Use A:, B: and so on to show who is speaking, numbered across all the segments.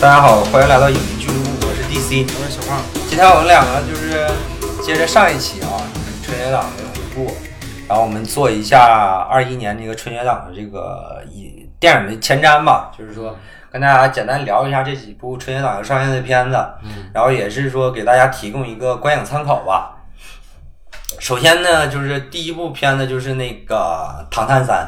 A: 大家好，欢迎来到影迷俱乐部，我是 DC，
B: 我是小胖。
A: 今天我们两个就是接着上一期啊，就是春节档的回顾，然后我们做一下二一年这个春节档的这个以电影的前瞻吧，就是说跟大家简单聊一下这几部春节档要上映的片子，然后也是说给大家提供一个观影参考吧。首先呢，就是第一部片子就是那个《唐探三》，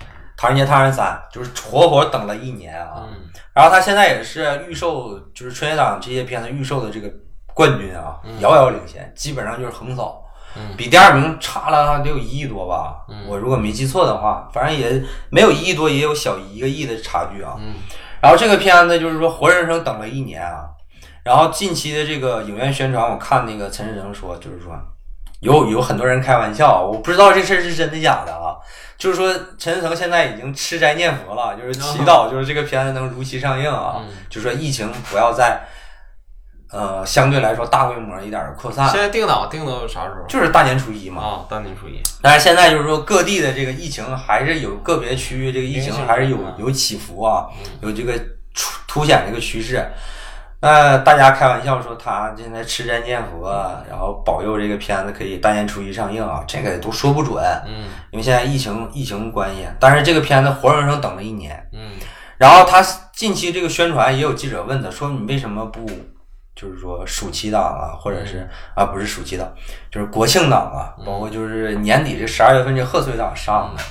A: 《唐人街探案三》，就是活活等了一年啊。
B: 嗯
A: 然后他现在也是预售，就是春节档这些片子预售的这个冠军啊，遥遥领先，基本上就是横扫，
B: 嗯
A: 比第二名差了得有一亿多吧，我如果没记错的话，反正也没有一亿多，也有小一个亿的差距啊。
B: 嗯
A: 然后这个片子就是说活生生等了一年啊，然后近期的这个影院宣传，我看那个陈世诚说，就是说有有很多人开玩笑啊，我不知道这事儿是真的假的啊，就是说陈世诚现在已经吃斋念佛了，就是祈祷，就是这个片子能如期上映啊，
B: 嗯
A: 就说疫情不要再呃相对来说大规模一点的扩散
B: 现，在定档定到啥时候？
A: 就是大年初一嘛。
B: 啊，大年初一。
A: 但是现在就是说各地的这个疫情还是有个别区域这个疫情还是有有起伏啊，有这个出凸显这个趋势。那大家开玩笑说他现在吃斋念佛，啊然后保佑这个片子可以大年初一上映啊，这个都说不准，
B: 嗯
A: 因为现在疫情疫情关系。但是这个片子活生生等了一年，
B: 嗯
A: 然后他近期这个宣传也有记者问他，说你为什么不就是说暑期档啊，或者是啊不是暑期档，就是国庆档啊，包括就是年底这十二月份这贺岁档上呢？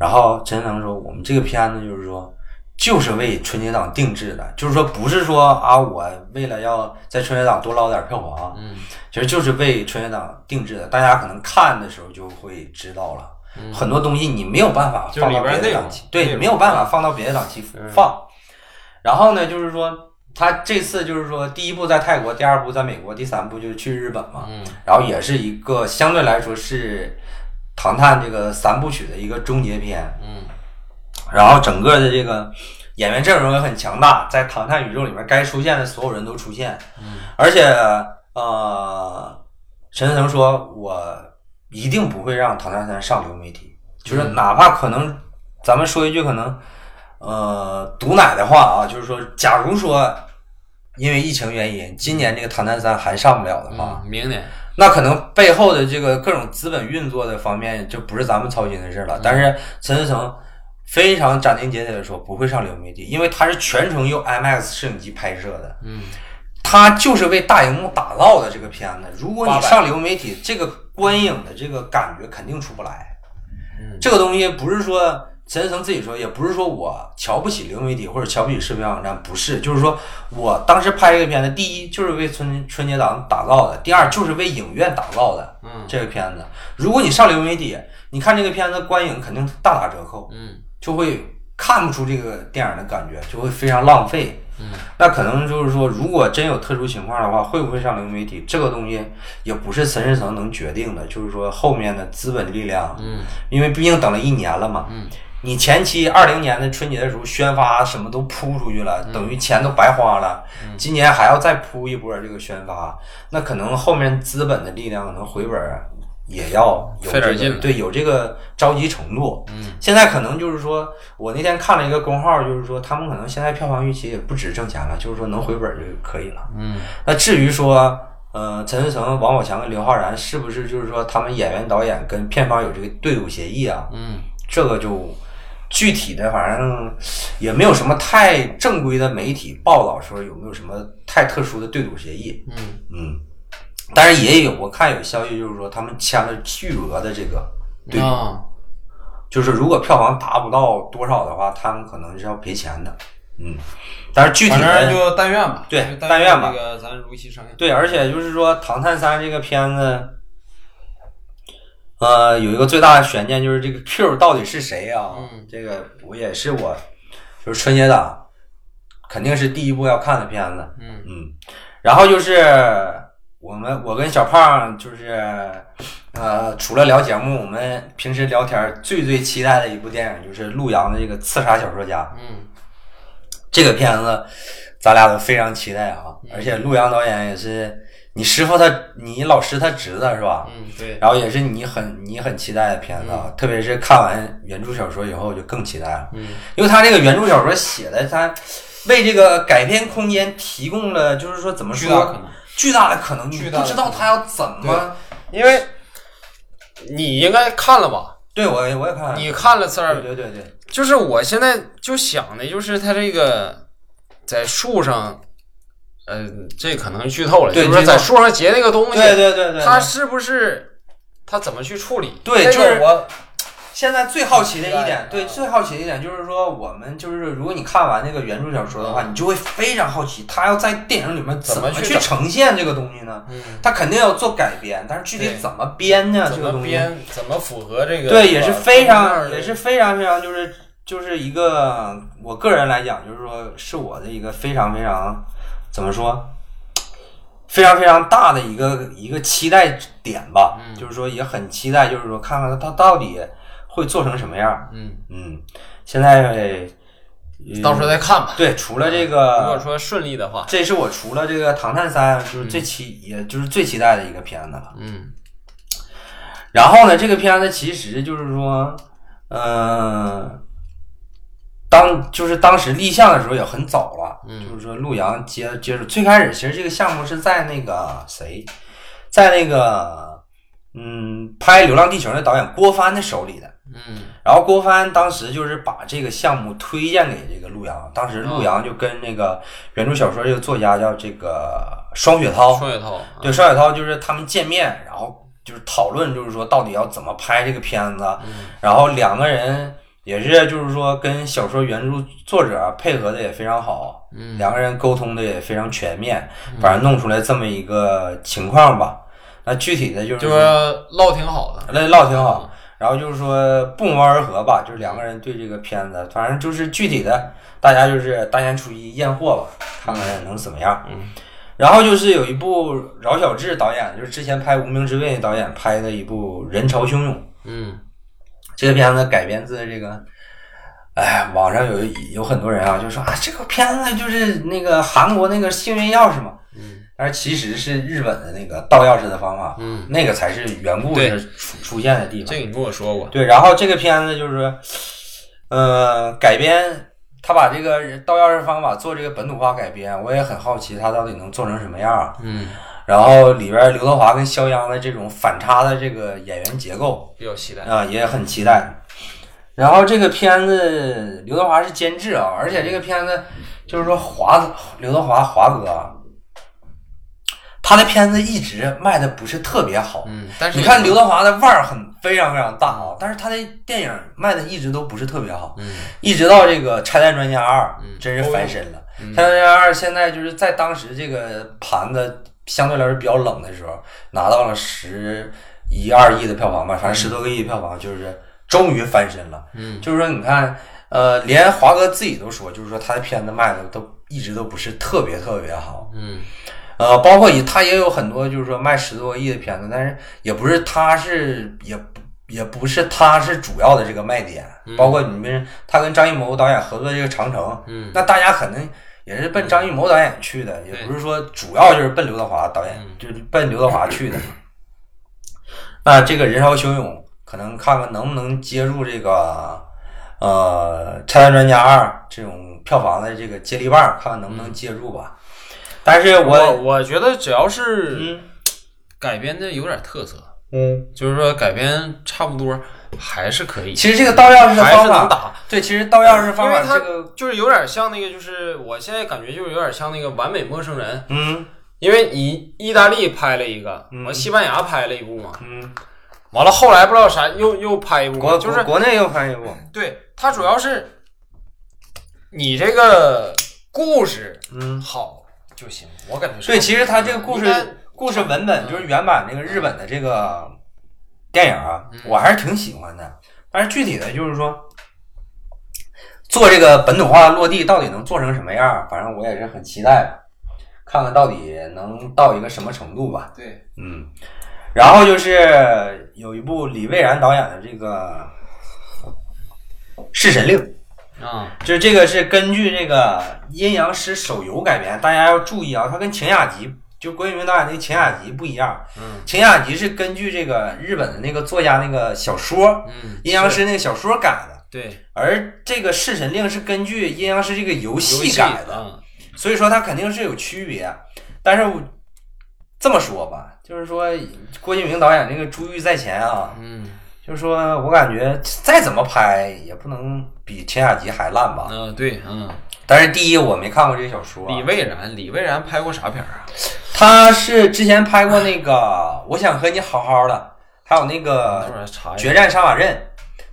A: 然后陈腾说，我们这个片子就是说。就是为春节档定制的，就是说不是说啊，我为了要在春节档多捞点票房，
B: 嗯
A: 其实就是为春节档定制的。大家可能看的时候就会知道了，
B: 嗯
A: 很多东西你没有办法
B: 就是
A: 放到
B: 里边
A: 别的
B: 内容
A: 档期，
B: 内
A: 对，
B: 容嗯
A: 没有办法放到别的档期放。然后呢，就是说他这次就是说第一部在泰国，第二部在美国，第三部就是去日本嘛，
B: 嗯
A: 然后也是一个相对来说是《唐探》这个三部曲的一个终结篇。
B: 嗯
A: 然后整个的这个演员阵容也很强大，在《唐探》宇宙里面该出现的所有人都出现，
B: 嗯
A: 而且呃，陈思诚说，我一定不会让《唐探三》上流媒体，就是哪怕可能，咱们说一句可能呃毒奶的话啊，就是说，假如说因为疫情原因，今年这个《唐探三》还上不了的话，
B: 嗯，明年。
A: 那可能背后的这个各种资本运作的方面，就不是咱们操心的事儿了。但是陈思诚非常斩钉截铁的说，不会上流媒体，因为他是全程用 IMAX 摄影机拍摄的，
B: 嗯
A: 他就是为大荧幕打造的这个片子。如果你
B: 800
A: 上流媒体，这个观影的这个感觉肯定出不来。
B: 嗯
A: 这个东西不是说陈思诚自己说，也不是说我瞧不起流媒体或者瞧不起视频网站，不是，就是说我当时拍这个片子，第一就是为春春节档打造的，第二就是为影院打造的。
B: 嗯
A: 这个片子，如果你上流媒体，你看这个片子观影肯定大打折扣，
B: 嗯
A: 就会看不出这个电影的感觉，就会非常浪费。
B: 嗯，
A: 那可能就是说，如果真有特殊情况的话，会不会上流媒体这个东西也不是陈世诚能决定的，就是说后面的资本力量，
B: 嗯
A: 因为毕竟等了一年了嘛。
B: 嗯
A: 你前期二零年的春节的时候宣发什么都铺出去
B: 嗯
A: 了，等于钱都白花了。今年还要再铺一波这个宣发，那可能后面资本的力量可能回本儿也要有
B: 费
A: 这
B: 点
A: 个
B: 劲了
A: 对有这个着急程度。
B: 嗯，
A: 现在可能就是说我那天看了一个公号，就是说他们可能现在票房预期也不止挣钱了，就是说能回本儿就可以了。
B: 嗯
A: 那至于说，呃，陈思诚、王宝强跟刘昊然是不是就是说他们演员、导演跟片方有这个对赌协议啊？
B: 嗯
A: 这个就具体的，反正也没有什么太正规的媒体报道说有没有什么太特殊的对赌协议。
B: 嗯
A: 嗯，但是也有我看有消息就是说他们签了巨额的这个对赌，
B: 啊
A: 就是如果票房达不到多少的话，他们可能是要赔钱的。嗯，但是具体
B: 反正
A: 的
B: 就但愿吧，
A: 对
B: 就
A: 但
B: 但
A: 愿吧
B: 这个咱如期上映。
A: 对，而且就是说《唐探三》这个片子。呃，有一个最大的悬念就是这个 Q 到底是谁啊？
B: 嗯
A: 这个我也是我，就是春节档肯定是第一部要看的片子。
B: 嗯
A: 嗯，然后就是我们我跟小胖就是呃，除了聊节目，我们平时聊天儿最最期待的一部电影就是陆阳的这个《刺杀小说家》
B: 嗯
A: 这个片子，咱俩都非常期待啊！
B: 嗯
A: 而且陆阳导演也是你师傅他你老师他侄子是吧？
B: 嗯，对，
A: 然后也是你很你很期待的片子，啊，特别是看完原著小说以后就更期待了，
B: 嗯
A: 因为他这个原著小说写的他为这个改编空间提供了，就是说怎么
B: 巨大
A: 说
B: 可能。
A: 巨大的可能，你
B: 巨大
A: 不
B: 的
A: 知道他要怎么。
C: 因为你应该看了吧？
A: 对我也我也看了，
C: 你看了刺
A: 对
C: 儿，
A: 对对对，
C: 就是我现在就想的就是他这个在树上，呃，这可能剧透了，
A: 对
C: 就是
A: 剧透
C: 在树上结那个东西，
A: 对对对对，
C: 他是不是他怎么去处理？
A: 对
C: 这个
A: 就是
C: 我
A: 现在最好奇的一点
C: 嗯，
A: 对，最好奇的一点就是说，我们就是如果你看完那个原著小说的话，你就会非常好奇，他要在电影里面
C: 嗯怎
A: 怎
C: 么
A: 么
C: 去
A: 去
C: 整
A: 呈现这个东西呢？
B: 嗯，
A: 他肯定要做改编，但是具体
C: 对
A: 怎么编呢？
C: 怎
A: 这个
C: 么
A: 东西，
C: 编，怎么符合这个？
A: 对，也是非常，也
C: 是。
A: 是非常非常，就是就是一个我个人来讲，就是说是我的一个非常非常怎么说，非常非常大的一个一个期待点吧，
B: 嗯
A: 就是说也很期待，就是说看看他他到底会做成什么样。
B: 嗯，
A: 嗯，现在、呃
C: 到时候再看吧。
A: 对，嗯除了这
C: 如果
A: 个，
C: 说顺利的话，
A: 这是我除了这个《唐探三》，就是最期、也就是最期待的一个片子了。
B: 嗯，
A: 然后呢，这个片子其实就是说，呃，当就是当时立项的时候也很早了，就是说陆阳接接触，最开始其实这个项目是在那个谁，在那个嗯拍《流浪地球》的导演郭帆的手里的。
B: 嗯，
A: 然后郭帆当时就是把这个项目推荐给这个陆阳，当时陆阳就跟那个原著小说这个作家叫这个双雪涛，
B: 双雪涛，
A: 对双雪涛就是他们见面，然后就是讨论，就是说到底要怎么拍这个片子，然后两个人也是就是说跟小说原著作者配合的也非常好，
B: 嗯
A: 两个人沟通的也非常全面，反正弄出来这么一个情况吧。那具体的就是
B: 就是唠挺好的，
A: 那唠挺好。然后就是说不谋而合吧，就是两个人对这个片子，反正就是具体的，大家就是大年初一验货吧，看看能怎么样。
B: 嗯。
A: 然后就是有一部饶晓志导演，就是之前拍《无名之辈》导演拍的一部《人潮汹涌》，
B: 嗯
A: 这个片子改编自这个，哎，网上有有很多人啊，就说啊，这个片子就是那个韩国那个幸运钥匙嘛，
B: 嗯
A: 但是其实是日本的那个倒钥匙的方法，
B: 嗯，
A: 那个才是原故事
B: 对
A: 出出现的地方。
B: 这个你跟我说过，
A: 对，然后这个片子就是，呃，改编，他把这个人盗钥匙方法做这个本土化改编，我也很好奇他到底能做成什么样儿。
B: 嗯，
A: 然后里边刘德华跟肖央的这种反差的这个演员结构
B: 比较期待，
A: 啊、也很期待。然后这个片子刘德华是监制啊，而且这个片子就是说华刘德华华哥啊，他的片子一直卖的不是特别好，
B: 嗯，但是
A: 你看刘，德华的腕儿很非常非常大啊，但是他的电影卖的一直都不是特别好，
B: 嗯
A: 一直到这个《拆弹专家二》
B: 嗯
A: 真是翻身了。拆弹专家二》现在就是在当时这个盘子相对来说比较冷的时候，拿到了十一二亿的票房吧，反正十多个亿票房，就是终于翻身了。
B: 嗯
A: 就是说，你看，呃，连华哥自己都说，就是说他的片子卖的都一直都不是特别特别好。
B: 嗯
A: 呃，包括以他也有很多就是说卖十多亿的片子，但是也不是他是也不也不是他是主要的这个卖点，包括你们他跟张艺谋导演合作这个《长城》，
B: 嗯
A: 那大家可能也是奔张艺谋导演去的，也不是说主要就是奔刘德华导演，就是奔刘德华去的。那这个人潮汹涌，可能看看能不能接入这个呃《拆弹专家二》这种票房的这个接力棒儿，看看能不能接入吧。但是
C: 我我觉得只要是
A: 嗯
B: 改编的有点特色，
A: 嗯，
B: 就是说改编差不多还是可以，
A: 其实这个倒钥匙的
C: 还
A: 方
C: 是能
A: 法，
C: 打，
A: 对，其实倒钥匙方
C: 因
A: 法
C: 为它
A: 这个，
C: 就是有点像那个，就是我现在感觉就是有点像那个完美陌生人，
A: 嗯
C: 因为你意大利拍了一个，
A: 嗯
C: 完西班牙拍了一部嘛，
A: 嗯，
C: 完了后来不知道啥又又拍一部嘛，
A: 国
C: 就
A: 国
C: 是
A: 国内又翻一部，
C: 对它主要是你这个故事
A: 嗯，
C: 好就行，我感觉是
A: 对，其实他这个故
C: 一般
A: 事故事文本就是原版那个日本的这个电影啊，
C: 嗯
A: 我还是挺喜欢的。但是具体的就是说，做这个本土化落地到底能做成什么样儿，反正我也是很期待吧，看看到底能到一个什么程度吧。
B: 对，
A: 嗯，然后就是有一部李蔚然导演的这个《弑神令》，
B: 啊，
A: 就是这个是根据这个《阴阳师》手游改编，大家要注意啊，它跟秦雅集就关于导演那个秦雅集不一样。
B: 嗯，
A: 秦雅集是根据这个日本的那个作家那个小说《
B: 嗯，
A: 阴阳师》那个小说改的，
C: 对，
A: 而这个《弑神令》是根据《阴阳师》这个游
C: 游
A: 戏
C: 戏
A: 改的，
C: 啊，
A: 所以说它肯定是有区别。但是我这么说吧，就是说郭敬明导演那个《珠玉在前》啊，
C: 嗯，
A: 就是说我感觉再怎么拍也不能比《天下集》还烂吧。
C: 啊，对，嗯，
A: 但是第一，我没看过这个小说啊、
C: 李蔚然，李蔚然拍过啥片儿啊？
A: 他是之前拍过那个 《我想和你好好的》，还有那
C: 一会
A: 个
C: 儿查
A: 《
C: 一下。
A: 决战杀马刃》。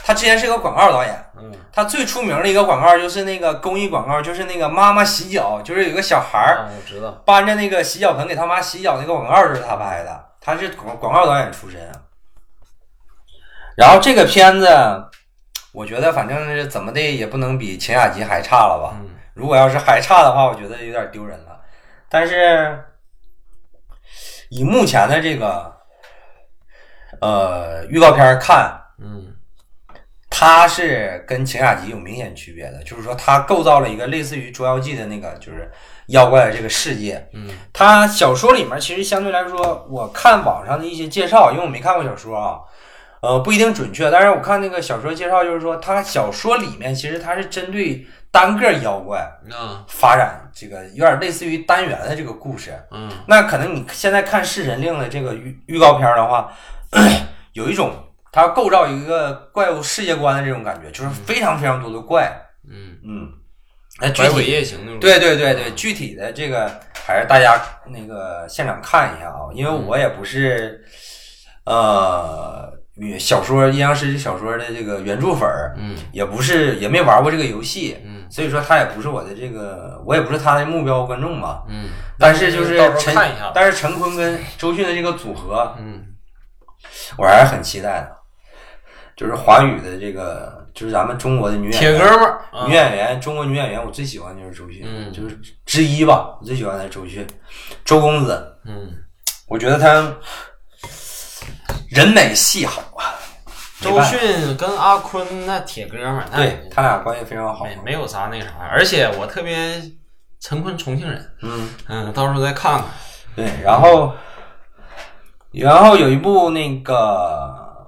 A: 他之前是个广告导演，
C: 嗯
A: 他最出名的一个广告就是那个公益广告，就是那个妈妈洗脚，就是有个小孩儿
C: 啊，我知道，
A: 搬着那个洗脚盆给他妈洗脚那个广告就是他拍的，他是广广告导演出身啊。然后这个片子，我觉得反正是怎么的也不能比《秦雅集》还差了吧。
C: 嗯，
A: 如果要是还差的话，我觉得有点丢人了。但是以目前的这个呃预告片看，
C: 嗯，
A: 它是跟《秦雅集》有明显区别的，就是说它构造了一个类似于《捉妖记》的那个就是妖怪的这个世界。
C: 嗯，
A: 它小说里面其实相对来说，我看网上的一些介绍，因为我没看过小说啊。呃，不一定准确，但是我看那个小说介绍，就是说它小说里面其实它是针对单个妖怪，
C: 啊，
A: 发展这个有点类似于单元的这个故事。
C: 嗯，
A: 那可能你现在看《弑神令》的这个预预告片的话，有一种它要构造一个怪物世界观的这种感觉，就是非常非常多的怪。
C: 嗯，
A: 嗯，那具
C: 百鬼
A: 体
C: 夜行那种。
A: 对对对对，具体的这个还是大家那个现场看一下啊，因为
C: 嗯
A: 我也不是呃小说《阴阳师》这小说的这个原著粉儿，
C: 嗯
A: 也不是也没玩过这个游戏，
C: 嗯
A: 所以说他也不是我的这个，我也不是他的目标观众嘛。
C: 嗯
A: 但是就是
C: 到时候
A: 陈
C: 看一下吧，
A: 但是陈坤跟周迅的这个组合，
C: 嗯
A: 我还是很期待的。就是华语的这个，就是咱们中国的女演
C: 铁
A: 员，
C: 哥们儿，啊
A: 女演员，中国女演员，我最喜欢就是周迅，
C: 嗯
A: 就是之一吧，我最喜欢的是周迅，周公子，
C: 嗯，
A: 我觉得她人美戏好啊，没
C: 周
A: 办法，
C: 迅跟阿坤那铁哥们儿，那
A: 对他俩关系非常好，
C: 哎
A: 啊
C: 没没有啥那啥，而且我特别陈坤重庆人，
A: 嗯。
C: 嗯，到时候再看看。
A: 对，然后，然后有一部那个《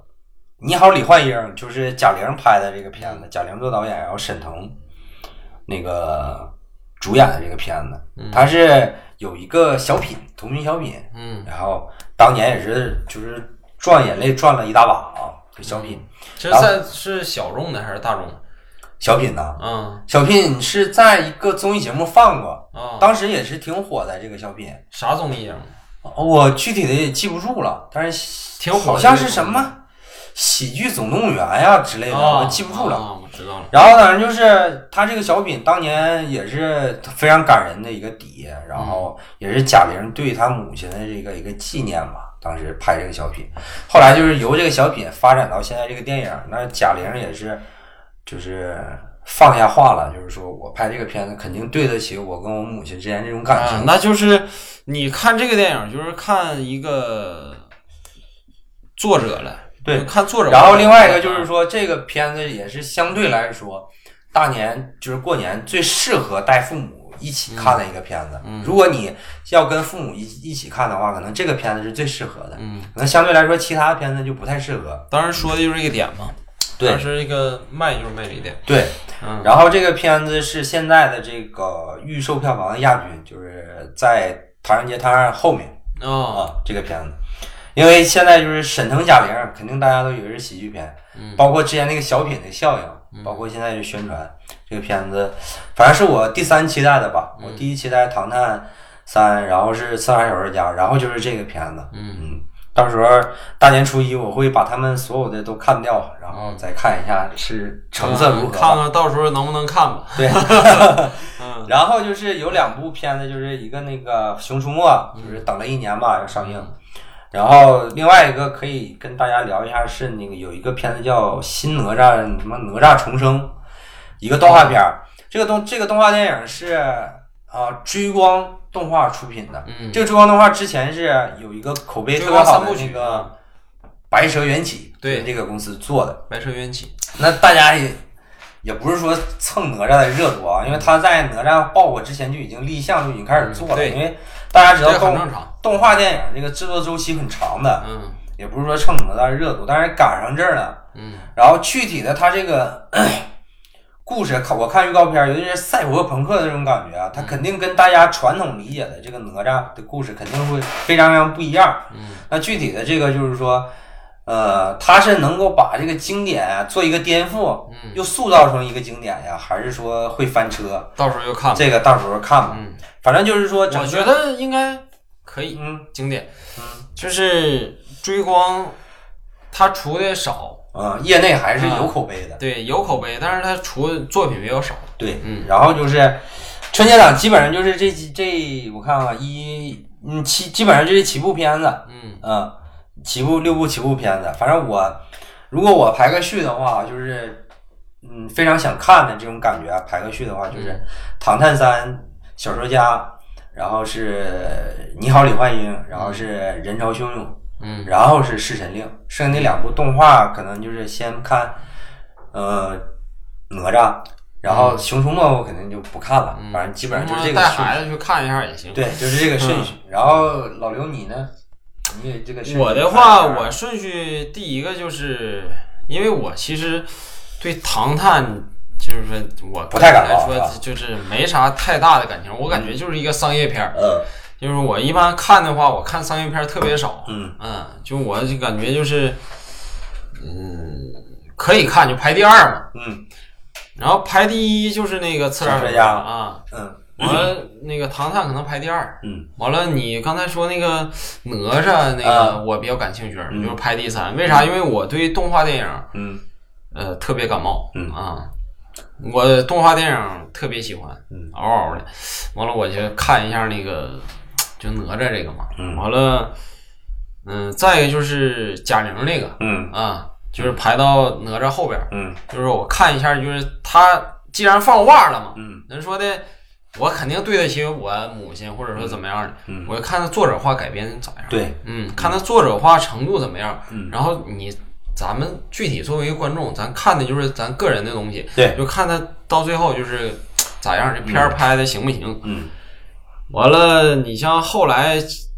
A: 你好，李焕英》，就是贾玲拍的这个片子，贾玲做导演，然后沈腾那个主演的这个片子，它是有一个小品，同名小品，
C: 嗯，
A: 然后当年也是就是赚眼泪赚了一大把啊，这小品，
B: 嗯
C: 这
A: 然后
C: 算是小众的还是大众的？
A: 小品呢，
C: 嗯
A: 小品是在一个综艺节目放过，
C: 啊，
A: 当时也是挺火的这个小品，
C: 啥综艺节啊目？
A: 我具体的也记不住了，但是
C: 挺火的
A: 好像是什么喜剧总动员呀之类的，
C: 啊，
A: 哎我记不住了。
C: 啊，我知道了。
A: 然后呢，就是他这个小品当年也是非常感人的一个底，然后
C: 嗯
A: 也是贾玲对她母亲的这个一个纪念吧。当时拍这个小品，后来就是由这个小品发展到现在这个电影。那贾玲也是，就是放下话了，就是说我拍这个片子肯定对得起我跟我母亲之间这种感
C: 啊
A: 情。，
C: 那就是你看这个电影，就是看一个作者了，
A: 对
C: 就看作者。
A: 然后另外一个就是，说，这个片子也是相对来说，大年就是过年最适合带父母一起看的一个片子。如果你要跟父母一一起看的话，可能这个片子是最适合的。
C: 嗯，
A: 可能相对来说，其他片子就不太适合。
C: 当时说的就是这个点嘛，
A: 对
C: 当时这个卖就是卖这一点。
A: 对，
C: 嗯
A: 然后这个片子是现在的这个预售票房的亚军，就是在《唐人街探案》后面
B: 哦
C: 啊，
A: 啊，这个片子。因为现在就是沈腾、贾玲，肯定大家都以为是喜剧片，
C: 嗯
A: 包括之前那个小品的效应，包括现在的宣传，这个片子，反正是我第三期待的吧。
C: 嗯
A: 我第一期待《唐探三》，然后是《刺杀小说家》，然后就是这个片子。
C: 嗯
A: 嗯，到时候大年初一我会把他们所有的都看掉，然后再看一下是成色如
C: 嗯
A: 何吧。
C: 看看到时候能不能看吧。
A: 对，
C: 嗯
A: 然后就是有两部片子，就是一个那个《熊出没》，就是等了一年吧要上映，然后另外一个可以跟大家聊一下是那个有一个片子叫《新哪吒》什么哪吒重生，一个动画片儿。这个动这个动画电影是啊追光动画出品的。
C: 嗯，
A: 这个追光动画之前是有一个口碑特别
C: 追光
A: 好的那
C: 三部曲
A: 个《白蛇缘起》，
C: 对
A: 这个公司做的。
C: 白蛇缘起。
A: 那大家也也不是说蹭哪吒的热度啊，因为他在哪吒爆火之前就已经立项就已经开始做
C: 嗯
A: 了，
C: 对
A: 因为大家知道
C: 这很
A: 动
C: 正常。
A: 动画电影这个制作周期很长的，
C: 嗯
A: 也不是说蹭哪吒热度，但是赶上这儿了。
C: 嗯
A: 然后具体的他这个 故事，看我看预告片儿，尤其是赛博朋克的那种感
B: 嗯
A: 觉啊，它肯定跟大家传统理解的这个哪吒的故事肯定会非常非常不一样。
B: 嗯，
A: 那具体的这个就是说，呃，它是能够把这个经典啊做一个颠覆，
B: 嗯
A: 又塑造成一个经典呀，还是说会翻车？
B: 到时候就看吧。
A: 这个到时候看吧。
B: 嗯，
A: 反正就是说，整
B: 我
A: 个
B: 觉得应该可以，
A: 嗯
B: 经典
A: 嗯
B: 就是追光，他出的少，
A: 嗯，业内还是
B: 啊
A: 有口碑的。
B: 对，有口碑，但是他出的作品比较少。
A: 对，
B: 嗯
A: 然后就是春节档基本上就是这几这我看看啊一嗯七基本上就是七部片子，
B: 嗯
A: 嗯，七部六部七部片子，反正我如果我排个序的话，就是嗯非常想看的这种感觉啊，排个序的话就是《唐探三》《小说家》，然后是《你好，李焕英》，然后是《人潮汹涌》，
B: 嗯
A: 然后是《侍神令》，剩下那两部动画可能就是先看，呃，哪吒，然后《熊出没》我肯定就不看了，
B: 嗯，
A: 反正基本上就是这个
B: 带
A: 顺序。
B: 孩子去看一下也行。，
A: 对，就是这个顺序。然后老刘你呢？你也这个顺序
B: 嗯我的话，
A: 看一下
B: 我顺序第一个就是，因为我其实对《唐探》就是说我
A: 不太感冒啊
B: 来
A: 是吧
B: 说，就是没啥太大的感情。我感觉就是一个商业片儿，
A: 嗯
B: 就是我一般看的话，我看商业片儿特别少。
A: 嗯
B: 嗯，就我就感觉就是，嗯，可以看就排第二嘛。
A: 嗯
B: 然后排第一就是那个《刺杀
A: 小说
B: 小
A: 家
B: 啊，
A: 嗯
B: 完了那个《唐探》可能排第二。
A: 嗯
B: 完了，你刚才说那个哪吒那个，
A: 啊
B: 我比较感兴趣，
A: 嗯
B: 就是排第三。为啥？因为我对动画电影
A: 嗯
B: 呃特别感冒
A: 嗯
B: 啊，我动画电影特别喜欢
A: 嗯，
B: 嗷嗷的。完了，我就看一下那个就哪吒这个嘛
A: 嗯。
B: 完了，嗯，再一个就是贾玲那个
A: 嗯
B: 啊，就是排到哪吒后边儿，
A: 嗯
B: 就是我看一下，就是他既然放话了嘛，
A: 嗯
B: 人说的。我肯定对得起我母亲，或者说怎么样的，
A: 嗯，
B: 我看他作者化改编咋样，
A: 对，
B: 嗯，看他作者化程度怎么样，
A: 嗯
B: 然后你咱们具体作为一个观众，咱看的就是咱个人的东西，
A: 对，
B: 就看他到最后就是咋样，这片儿拍的行不行？
A: 嗯，
B: 完了，你像后来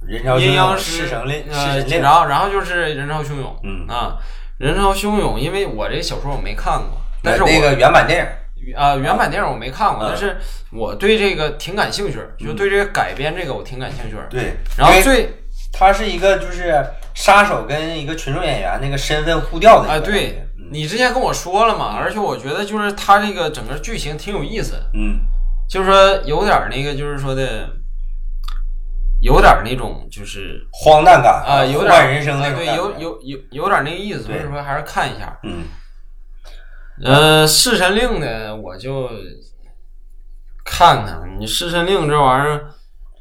A: 人潮汹
B: 阴阳
A: 涌，
B: 师
A: 侍神令，
B: 呃
A: 侍神，令，
B: 然后然后就是人潮汹涌
A: 嗯，
B: 啊，人潮汹涌，因为我这小说我没看过，但是我
A: 那个原版电影，
B: 啊、原版电影我没看过，
A: 嗯
B: 但是我对这个挺感兴趣，就对这个改编这个我挺感兴趣。
A: 对，
B: 然后
A: 因为
B: 最
A: 他是一个就是杀手跟一个群众演员那个身份互调的一个
B: 啊，
A: 感
B: 对
A: 觉嗯
B: 你之前跟我说了嘛，而且我觉得就是它这个整个剧情挺有意思，
A: 嗯
B: 就是说有点儿那个，就是说的，有点儿那种就是
A: 荒诞感
B: 啊、有
A: 呼
B: 点
A: 唤
B: 儿
A: 人生那
B: 哎
A: 种
B: 对，
A: 感
B: 有
A: 觉
B: 有有有点儿那个意思，所
A: 对
B: 以说还是看一下。
A: 嗯
B: 呃，《侍神令》呢，我就看看你《侍神令》这玩意儿。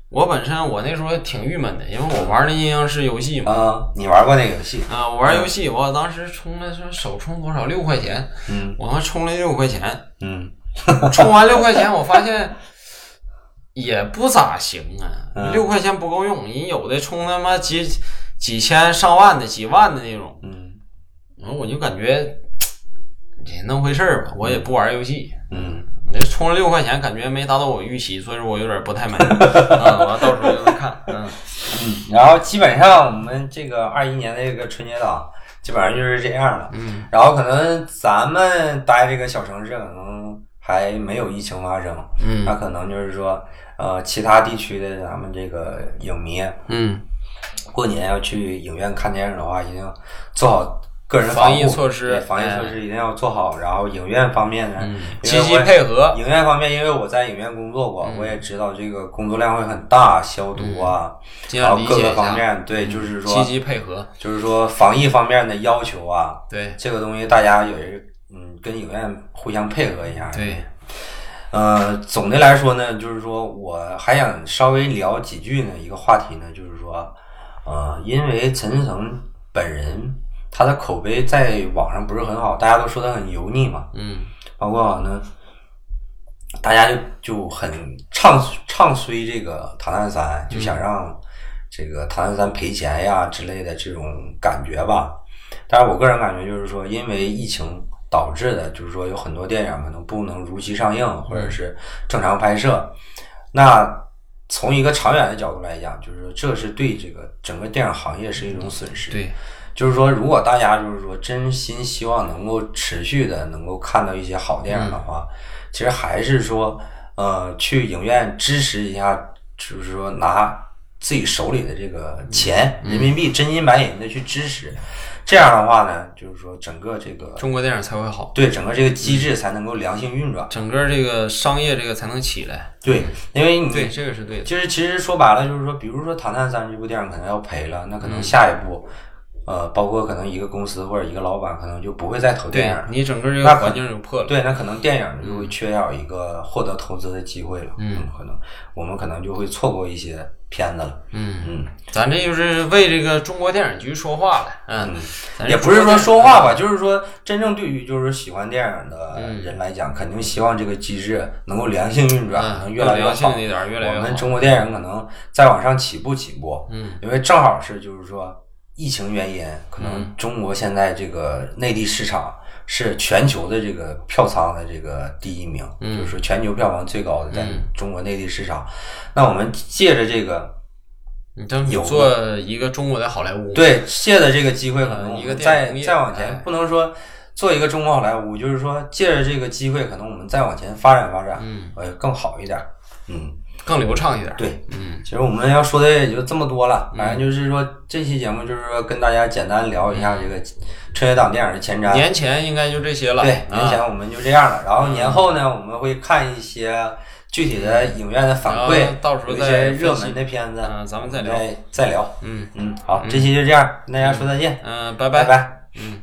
B: 我本身我那时候挺郁闷的，因为我玩那阴阳师游戏嘛，
A: 啊，你玩过那个游戏？
B: 啊、我玩游戏，我当时充了说首充多少六块钱，
A: 嗯
B: 我还充了六块钱，
A: 嗯
B: 充完六块钱，我发现也不咋行啊，
A: 嗯
B: 六块钱不够用，人有的充他妈几几千上万的、几万的那种，
A: 嗯
B: 然后我就感觉也那么回事儿吧，我也不玩游戏。
A: 嗯，
B: 你这充了六块钱，感觉没达到我预期，所以说我有点不 太满意。嗯，我到时候就能看。嗯
A: 然后基本上我们这个二一年的这个春节档基本上就是这样了。
B: 嗯，
A: 然后可能咱们待这个小城市，可能还没有疫情发生，那
B: 嗯
A: 可能就是说，呃，其他地区的咱们这个影迷
B: 嗯，
A: 过年要去影院看电影的话，一定要做好个人
B: 防
A: 护
B: 疫措施哎
A: 对防疫措施一定要做好。然后影院方面呢，因为
B: 积极
A: 我
B: 嗯配合。嗯
A: 影院方面，因为我在影院工作过，我也知道这个工作量会很大，消毒啊，
B: 尽
A: 然
B: 量
A: 后
B: 嗯理
A: 各
B: 解
A: 个
B: 一
A: 方
B: 下，嗯
A: 面，对，就是
B: 积
A: 说，
B: 极配合。
A: 就是说防疫方面的要求啊，
B: 对
A: 这个东西大家也是，嗯，跟影院互相配合一下。
B: 对，
A: 呃，总的来说呢，就是说我还想稍微聊几句呢，一个话题呢，就是说，呃，因为陈思诚本人他的口碑在网上不是很好，大家都说他很油腻嘛，
B: 嗯
A: 包括好像大家就就很唱唱衰这个《唐探三》，就想让这个《唐探三》赔钱呀之类的这种感觉吧。但是我个人感觉就是说，因为疫情导致的，就是说有很多电影可能不能如期上映，或者是正常拍摄。那从一个长远的角度来讲，就是说这是对这个整个电影行业是一种损失。
B: 对，
A: 就是说，如果大家就是说真心希望能够持续的能够看到一些好电影的话，其实还是说，呃，去影院支持一下，就是说拿自己手里的这个钱，人民币真金白银的去支持。这样的话呢，就是说整个这个
B: 中国电影才会好，
A: 对整个这个机制才能够良性运转。
B: 整个这个商业这个才能起来。
A: 对，因为你
B: 对，这个是对的。
A: 就是其实说白了，就是说，比如说《唐探三》这部电影可能要赔了，那可
B: 嗯
A: 能下一步，呃，包括可能一个公司或者一个老板可能就不会再投电
B: 对
A: 影了。
B: 你整个这个
A: 那可
B: 环境就破了。
A: 对，那可能电影就会缺少一个获得投资的机会了。嗯，可能我们可能就会错过一些片子了。
B: 嗯
A: 嗯，
B: 咱这就是为这个中国电影局说话了。嗯，咱
A: 也
B: 这
A: 不是
B: 中
A: 说
B: 国电嗯
A: 说话吧，就是说，真正对于就是喜欢电影的人来讲，肯定希望这个机制能够良性运转，
B: 嗯
A: 能越来越
B: 更良性
A: 好。
B: 一点越来越好
A: 我们中国电影可能再往上起步起步，嗯，因为正好是就是说疫情原因，可
B: 嗯
A: 能中国现在这个内地市场是全球的这个票仓的这个第一名，
B: 嗯
A: 就是说全球票房最高的在中国内地市场。那我们借着这个。
B: 你真
A: 有
B: 做一个中国的好莱坞。
A: 对，借着这个机会，可能
B: 嗯
A: 我
B: 一个
A: 们
B: 电影
A: 再
B: 工业
A: 再往
B: 哎
A: 前，不能说做一个中国好莱坞，就是说借着这个机会，可能我们再往前发展发展，
B: 嗯，
A: 呃，更好一点。嗯，
B: 更流畅一点。
A: 对，
B: 嗯，
A: 其实我们要说的也就这么多了。反正就是说，这期节目就是说跟大家简单聊一下这个春节档电影的前瞻。
B: 嗯年前应该就这些了。
A: 对，年前
B: 啊
A: 我们就这样了。然后年后呢，我们会看一些具体的影院的反馈
B: 然后，到时候
A: 有一
B: 再
A: 些
B: 分析
A: 热门的片子，
B: 嗯咱们再聊
A: 再再聊。
B: 嗯
A: 嗯，好，这期就这样，跟大家说再见，
B: 嗯，拜
A: 拜
B: 拜。
A: 拜。
B: 嗯。